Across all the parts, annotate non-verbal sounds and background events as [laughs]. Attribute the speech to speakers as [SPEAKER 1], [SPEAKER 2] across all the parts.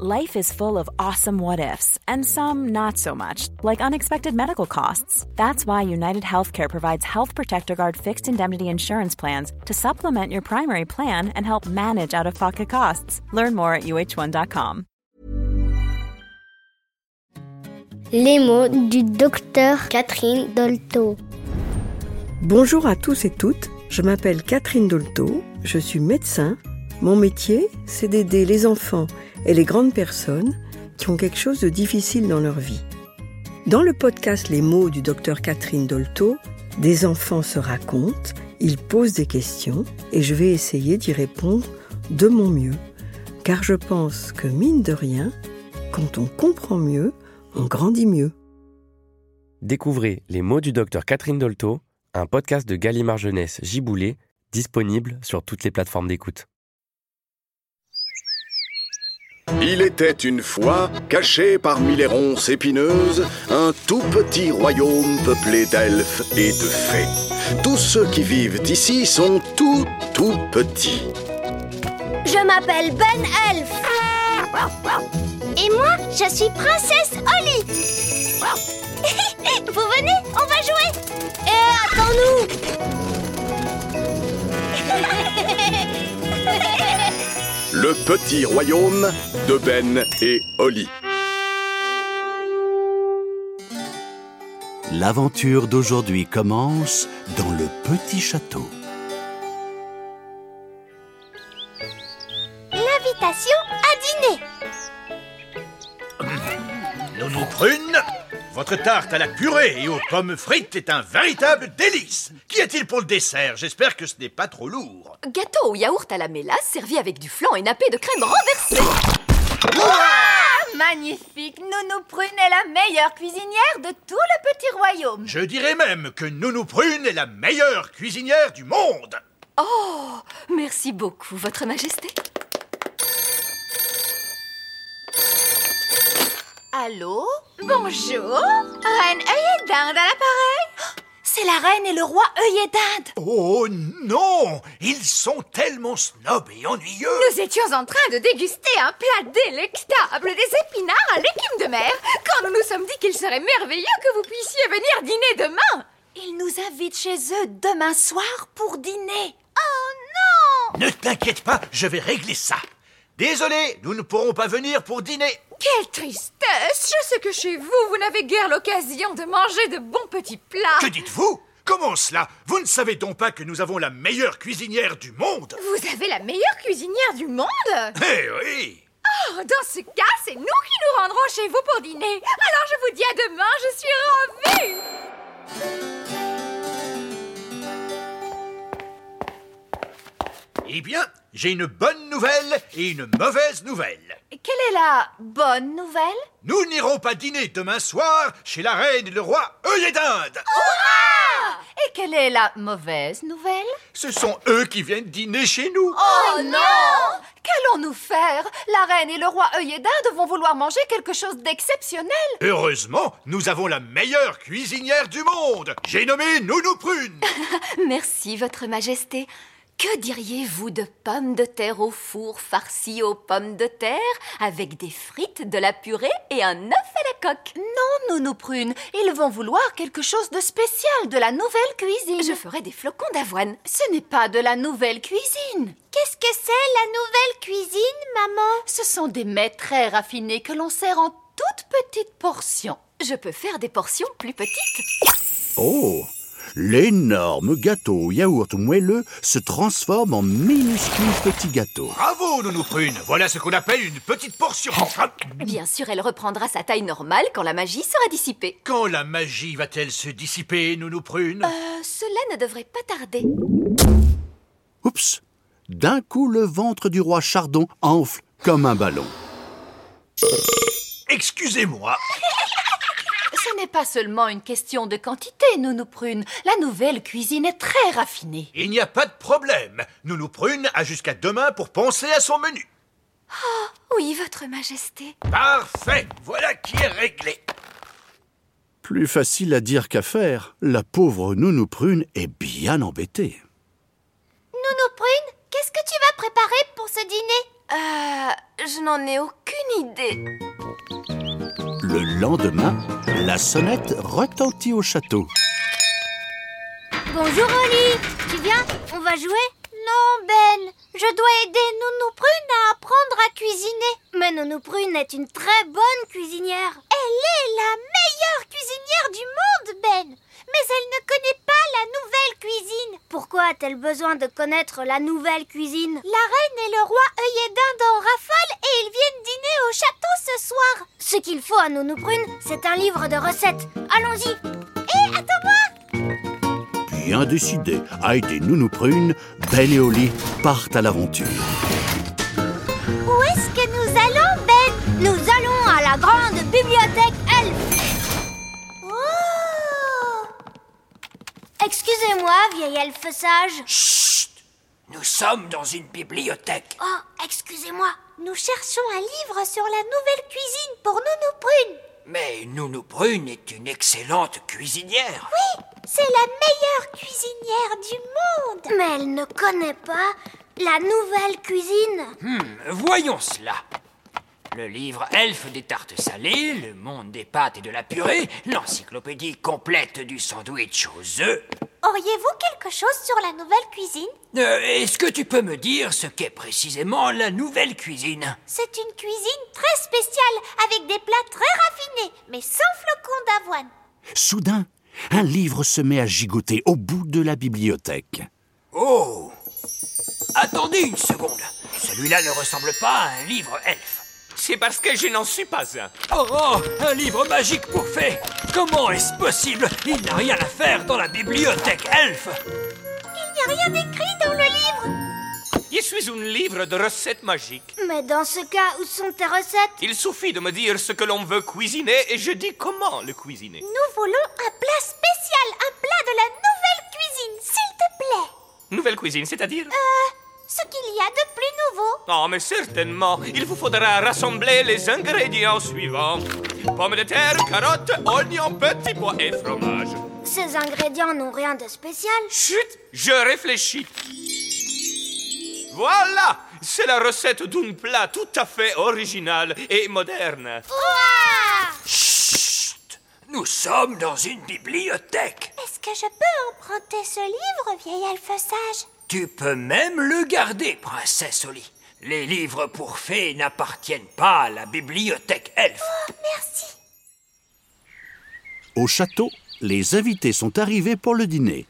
[SPEAKER 1] Life is full of awesome what ifs, and some not so much, like unexpected medical costs. That's why United Healthcare provides Health Protector Guard fixed indemnity insurance plans to supplement your primary plan and help manage out of pocket costs. Learn more at uh1.com.
[SPEAKER 2] Les mots du docteur Catherine Dolto.
[SPEAKER 3] Bonjour à tous et toutes, je m'appelle Catherine Dolto, je suis médecin. Mon métier, c'est d'aider les enfants et les grandes personnes qui ont quelque chose de difficile dans leur vie. Dans le podcast Les mots du docteur Catherine Dolto, des enfants se racontent, ils posent des questions et je vais essayer d'y répondre de mon mieux. Car je pense que mine de rien, quand on comprend mieux, on grandit mieux.
[SPEAKER 4] Découvrez Les mots du docteur Catherine Dolto, un podcast de Gallimard Jeunesse Giboulé, disponible sur toutes les plateformes d'écoute.
[SPEAKER 5] Il était une fois, caché parmi les ronces épineuses, un tout petit royaume peuplé d'elfes et de fées. Tous ceux qui vivent ici sont tout, tout petits.
[SPEAKER 6] Je m'appelle Ben Elf.
[SPEAKER 2] Et moi, je suis princesse [laughs] Oli.
[SPEAKER 6] Vous venez, on va jouer. Et attends-nous.
[SPEAKER 5] Le petit royaume de Ben et Oli.
[SPEAKER 7] L'aventure d'aujourd'hui commence dans le petit château.
[SPEAKER 2] Invitation à dîner.
[SPEAKER 8] Nono Prune, votre tarte à la purée et aux pommes frites est un véritable délice. Qu'y a-t-il pour le dessert J'espère que ce n'est pas trop lourd.
[SPEAKER 9] Gâteau au yaourt à la mélasse servi avec du flan et nappé de crème renversée.
[SPEAKER 6] Ah, Magnifique, Nounou Prune est la meilleure cuisinière de tout le petit royaume.
[SPEAKER 8] Je dirais même que Nono Prune est la meilleure cuisinière du monde.
[SPEAKER 9] Oh, merci beaucoup, Votre Majesté.
[SPEAKER 6] Allô Bonjour Reine œillet d'Inde à l'appareil C'est la reine et le roi œillet d'Inde
[SPEAKER 8] Oh non Ils sont tellement snobs et ennuyeux.
[SPEAKER 9] Nous étions en train de déguster un plat délectable des épinards à l'écume de mer quand nous nous sommes dit qu'il serait merveilleux que vous puissiez venir dîner demain.
[SPEAKER 6] Ils nous invitent chez eux demain soir pour dîner
[SPEAKER 8] Ne t'inquiète pas, je vais régler ça. Désolé, nous ne pourrons pas venir pour dîner.
[SPEAKER 9] Quelle tristesse Je sais que chez vous, vous n'avez guère l'occasion de manger de bons petits plats.
[SPEAKER 8] Que dites-vous Comment cela Vous ne savez donc pas que nous avons la meilleure cuisinière du monde
[SPEAKER 9] Vous avez la meilleure cuisinière du monde
[SPEAKER 8] Eh oui
[SPEAKER 9] Oh, Dans ce cas, c'est nous qui nous rendrons chez vous pour dîner. Alors je vous dis à demain, je suis ravie
[SPEAKER 8] Eh bien, j'ai une bonne nouvelle et une mauvaise nouvelle.
[SPEAKER 6] Quelle est la bonne nouvelle
[SPEAKER 8] Nous n'irons pas dîner demain soir chez la reine et le roi œillet d'Inde.
[SPEAKER 6] Et quelle est la mauvaise nouvelle
[SPEAKER 8] Ce sont eux qui viennent dîner chez nous.
[SPEAKER 6] Oh non Qu'allons-nous faire La reine et le roi œillet d'Inde vont vouloir manger quelque chose d'exceptionnel.
[SPEAKER 8] Heureusement, nous avons la meilleure cuisinière du monde. J'ai nommé Nounou Prune.
[SPEAKER 9] Merci, Votre Majesté. Que diriez-vous de pommes de terre au four farcies aux pommes de terre avec des frites, de la purée et un œuf à la coque
[SPEAKER 6] Non, Nounou Prune, ils vont vouloir quelque chose de spécial de la nouvelle cuisine.
[SPEAKER 9] Je ferai des flocons d'avoine.
[SPEAKER 6] Ce n'est pas de la nouvelle cuisine. Qu'est-ce que c'est la nouvelle cuisine, maman Ce sont des mets très raffinés que l'on sert en toutes petites portions.
[SPEAKER 9] Je peux faire des portions plus petites.
[SPEAKER 7] Oh L'énorme gâteau au yaourt moelleux se transforme en minuscule petit gâteau.
[SPEAKER 8] Bravo, Nounou Prune. Voilà ce qu'on appelle une petite portion.
[SPEAKER 9] Bien sûr, elle reprendra sa taille normale quand la magie sera dissipée.
[SPEAKER 8] Quand la magie va-t-elle se dissiper, Nounou Prune
[SPEAKER 9] Euh, cela ne devrait pas tarder.
[SPEAKER 7] Oups D'un coup, le ventre du roi Chardon enfle comme un ballon.
[SPEAKER 10] Excusez-moi.
[SPEAKER 11] Ce n'est pas seulement une question de quantité, Nounou Prune. La nouvelle cuisine est très raffinée.
[SPEAKER 10] Il n'y a pas de problème. Nounou Prune a jusqu'à demain pour penser à son menu.
[SPEAKER 9] Oh, oui, Votre Majesté.
[SPEAKER 10] Parfait. Voilà qui est réglé.
[SPEAKER 5] Plus facile à dire qu'à faire, la pauvre nounou prune est bien embêtée.
[SPEAKER 2] Nounou Prune, qu'est-ce que tu vas préparer pour ce dîner
[SPEAKER 9] Euh, je n'en ai aucune idée.
[SPEAKER 5] Le lendemain, la sonnette retentit au château.
[SPEAKER 2] Bonjour Oli, tu viens On va jouer Non Ben, je dois aider Nounou Prune à apprendre à cuisiner. Mais Nounou Prune est une très bonne cuisinière. Elle est la meilleure cuisinière du monde, Ben. Mais elle ne connaît pas la nouvelle cuisine. Pourquoi a-t-elle besoin de connaître la nouvelle cuisine La reine et le roi œillet d'Inde en rafale et ils viennent dîner au château ce soir. Ce qu'il faut à Nounou Prune, c'est un livre de recettes. Allons-y. Hé, attends-moi
[SPEAKER 5] Bien décidé à aider nounou prune, Ben et Oli partent à l'aventure.
[SPEAKER 2] Où est-ce que nous allons, Ben Nous allons à la grande bibliothèque elfe. Oh! Excusez-moi, vieil elfe sage.
[SPEAKER 12] Nous sommes dans une bibliothèque.
[SPEAKER 2] Oh, excusez-moi. Nous cherchons un livre sur la nouvelle cuisine pour Nounou Prune.
[SPEAKER 12] Mais Nounou Prune est une excellente cuisinière.
[SPEAKER 2] Oui, c'est la meilleure cuisinière du monde. Mais elle ne connaît pas la nouvelle cuisine.
[SPEAKER 12] Hmm, voyons cela. Le livre Elfe des tartes salées, le monde des pâtes et de la purée, l'encyclopédie complète du sandwich aux œufs.
[SPEAKER 2] Auriez-vous quelque chose sur la nouvelle cuisine
[SPEAKER 12] Euh, Est-ce que tu peux me dire ce qu'est précisément la nouvelle cuisine
[SPEAKER 2] C'est une cuisine très spéciale, avec des plats très raffinés, mais sans flocons d'avoine.
[SPEAKER 5] Soudain, un livre se met à gigoter au bout de la bibliothèque.
[SPEAKER 12] Oh Attendez une seconde. Celui-là ne ressemble pas à un livre elfe.
[SPEAKER 8] C'est parce que je n'en suis pas un.
[SPEAKER 12] Oh, oh, un livre magique pour fées Comment est-ce possible Il n'a rien à faire dans la bibliothèque elfe
[SPEAKER 2] Il n'y a rien d'écrit dans le livre.
[SPEAKER 8] Je suis un livre de recettes magiques.
[SPEAKER 2] Mais dans ce cas, où sont tes recettes
[SPEAKER 8] Il suffit de me dire ce que l'on veut cuisiner et je dis comment le cuisiner.
[SPEAKER 2] Nous voulons un plat spécial, un plat de la nouvelle cuisine, s'il te plaît.
[SPEAKER 8] Nouvelle cuisine, c'est-à-dire
[SPEAKER 2] Euh, ce qu'il y a de plus nouveau.
[SPEAKER 8] Oh, mais certainement, il vous faudra rassembler les ingrédients suivants. Pommes de terre, carottes, oignons, petits pois et fromage.
[SPEAKER 2] Ces ingrédients n'ont rien de spécial.
[SPEAKER 8] Chut, je réfléchis. Voilà, c'est la recette d'un plat tout à fait original et moderne.
[SPEAKER 12] Nous sommes dans une bibliothèque.
[SPEAKER 2] Est-ce que je peux emprunter ce livre, vieil elfe sage
[SPEAKER 12] Tu peux même le garder, princesse Oli. Les livres pour fées n'appartiennent pas à la bibliothèque elfe.
[SPEAKER 2] Merci.
[SPEAKER 5] Au château, les invités sont arrivés pour le dîner.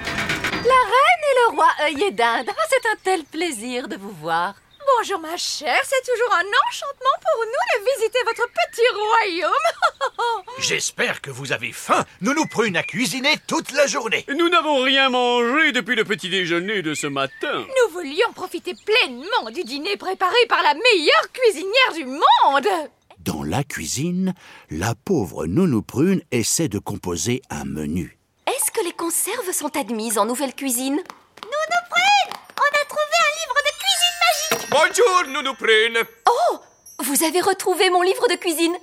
[SPEAKER 9] La reine et le roi œillet d'Inde. Ah, c'est un tel plaisir de vous voir.
[SPEAKER 13] Bonjour ma chère, c'est toujours un enchantement pour nous de visiter votre petit royaume.
[SPEAKER 10] J'espère que vous avez faim. Nounou Prune a cuisiné toute la journée.
[SPEAKER 14] Nous n'avons rien mangé depuis le petit déjeuner de ce matin.
[SPEAKER 13] Nous voulions profiter pleinement du dîner préparé par la meilleure cuisinière du monde.
[SPEAKER 5] Dans la cuisine, la pauvre nounou prune essaie de composer un menu.
[SPEAKER 9] Est-ce que les conserves sont admises en nouvelle cuisine
[SPEAKER 2] Nounou Prune On a trouvé un livre de cuisine magique
[SPEAKER 8] Bonjour, Nounou Prune.
[SPEAKER 9] Oh Vous avez retrouvé mon livre de cuisine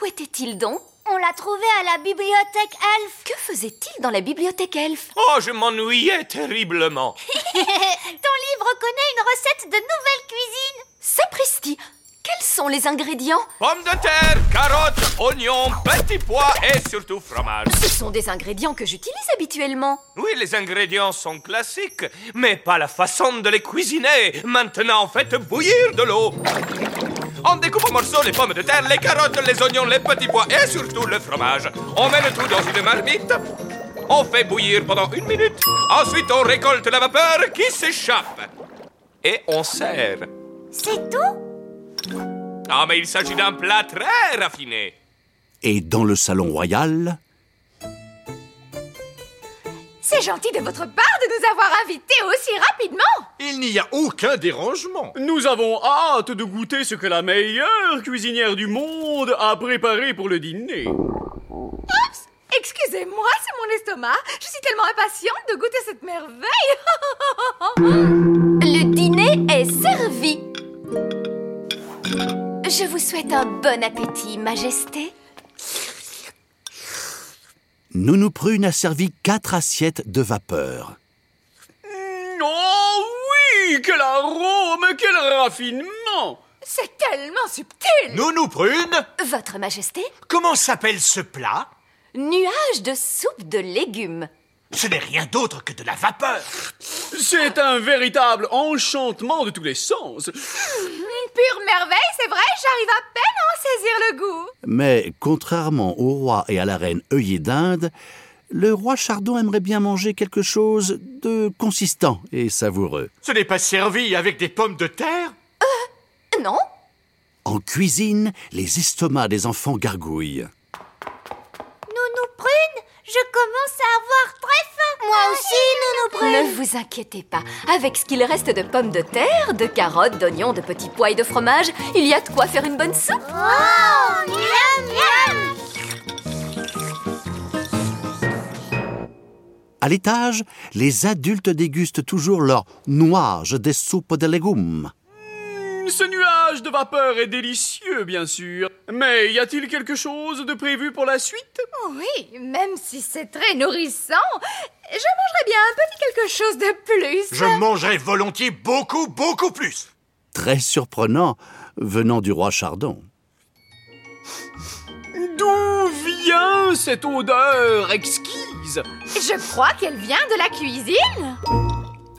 [SPEAKER 9] Où était-il donc
[SPEAKER 2] On l'a trouvé à la bibliothèque elfe.
[SPEAKER 9] Que faisait-il dans la bibliothèque elfe
[SPEAKER 8] Oh, je m'ennuyais terriblement.
[SPEAKER 2] [laughs] Ton livre connaît une recette de nouvelle cuisine.
[SPEAKER 9] Sapristi Quels sont les ingrédients
[SPEAKER 8] Pommes de terre, carottes, oignons, petits pois et surtout fromage.
[SPEAKER 9] Ce sont des ingrédients que j'utilise habituellement.
[SPEAKER 8] Oui, les ingrédients sont classiques, mais pas la façon de les cuisiner. Maintenant, faites bouillir de l'eau. On découpe en morceaux les pommes de terre, les carottes, les oignons, les petits pois et surtout le fromage. On met le tout dans une marmite. On fait bouillir pendant une minute. Ensuite, on récolte la vapeur qui s'échappe. Et on sert.
[SPEAKER 2] C'est tout
[SPEAKER 8] Ah, mais il s'agit d'un plat très raffiné.
[SPEAKER 5] Et dans le salon royal,
[SPEAKER 13] C'est gentil de votre part de nous avoir invités aussi rapidement.
[SPEAKER 10] Il n'y
[SPEAKER 8] n'y a aucun dérangement.
[SPEAKER 5] Nous avons hâte de goûter ce que la meilleure cuisinière du monde a préparé pour le dîner.
[SPEAKER 15] Oups Excusez-moi, c'est mon estomac. Je suis tellement impatiente de goûter cette merveille.
[SPEAKER 9] Le dîner est servi. Je vous souhaite un bon appétit, Majesté.
[SPEAKER 7] Nounou Prune a servi quatre assiettes de vapeur.
[SPEAKER 5] Oh oui Quel arôme Quel raffinement
[SPEAKER 15] C'est tellement subtil
[SPEAKER 8] Nounou Prune
[SPEAKER 9] Votre Majesté,
[SPEAKER 8] Comment s'appelle ce plat
[SPEAKER 9] nuage de soupe de légumes.
[SPEAKER 8] Ce n'est rien d'autre que de la vapeur.
[SPEAKER 5] C'est un véritable enchantement de tous les sens.
[SPEAKER 15] Une pure merveille, c'est vrai, j'arrive à peine à en saisir le goût.
[SPEAKER 7] Mais contrairement au roi et à la reine œillet d'Inde, le roi Chardon aimerait bien manger quelque chose de consistant et savoureux.
[SPEAKER 8] Ce n'est pas servi avec des pommes de terre
[SPEAKER 9] Non
[SPEAKER 7] En cuisine, les estomacs des enfants gargouillent.
[SPEAKER 2] Nounou Prune, je commence à avoir très faim. Moi aussi,
[SPEAKER 9] Ne vous inquiétez pas. Avec ce qu'il reste de pommes de terre, de carottes, d'oignons, de petits pois et de fromage, il y a de quoi faire une bonne soupe.
[SPEAKER 2] Oh, miam, miam
[SPEAKER 7] À l'étage, les adultes dégustent toujours leur nuage des soupes de légumes.
[SPEAKER 5] Hmm, Ce nuage de vapeur est délicieux, bien sûr. Mais y a-t-il quelque chose de prévu pour la suite
[SPEAKER 15] Oui, même si c'est très nourrissant, je mangerais bien un petit quelque chose de plus.
[SPEAKER 8] Je mangerai volontiers beaucoup, beaucoup plus.
[SPEAKER 7] Très surprenant venant du roi Chardon.
[SPEAKER 5] D'où vient cette odeur exquise
[SPEAKER 15] Je crois qu'elle vient de la cuisine.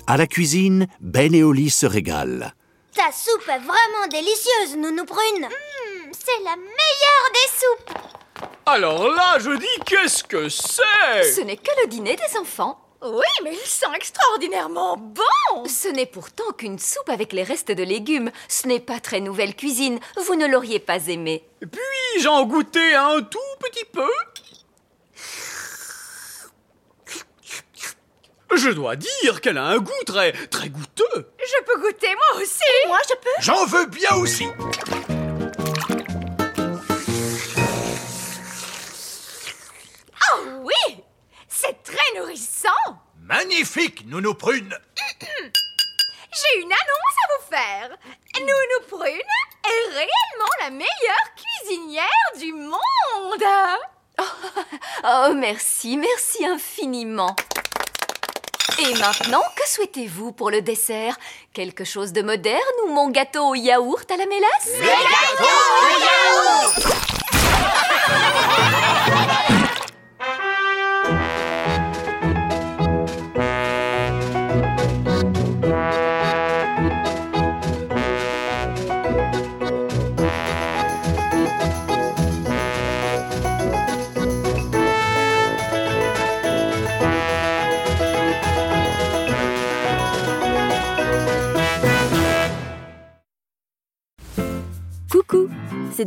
[SPEAKER 7] À la cuisine, Ben et Oli se régalent.
[SPEAKER 2] Ta soupe est vraiment délicieuse, Nounou Prune. Hmm, c'est la meilleure des soupes.
[SPEAKER 5] Alors là, je dis qu'est-ce que
[SPEAKER 9] Ce
[SPEAKER 5] c'est
[SPEAKER 9] n'est que le dîner des enfants.
[SPEAKER 15] Oui, mais il sent extraordinairement bon.
[SPEAKER 9] Ce n'est pourtant qu'une soupe avec les restes de légumes. Ce n'est pas très nouvelle cuisine. Vous ne l'auriez pas aimé.
[SPEAKER 5] Puis-je en goûter un tout petit peu Je dois dire qu'elle a un goût très, très goûteux.
[SPEAKER 15] Je peux goûter moi aussi. Moi, je peux.
[SPEAKER 8] J'en veux bien aussi.
[SPEAKER 15] Oh oui, c'est très nourrissant.
[SPEAKER 8] Magnifique, Nounou Prune.
[SPEAKER 15] J'ai une annonce à vous faire. Nounou Prune est réellement la meilleure cuisinière du monde.
[SPEAKER 9] [laughs] Oh, merci, merci infiniment. Et maintenant, que souhaitez-vous pour le dessert Quelque chose de moderne ou mon gâteau au yaourt à la mélasse
[SPEAKER 3] Coucou C'est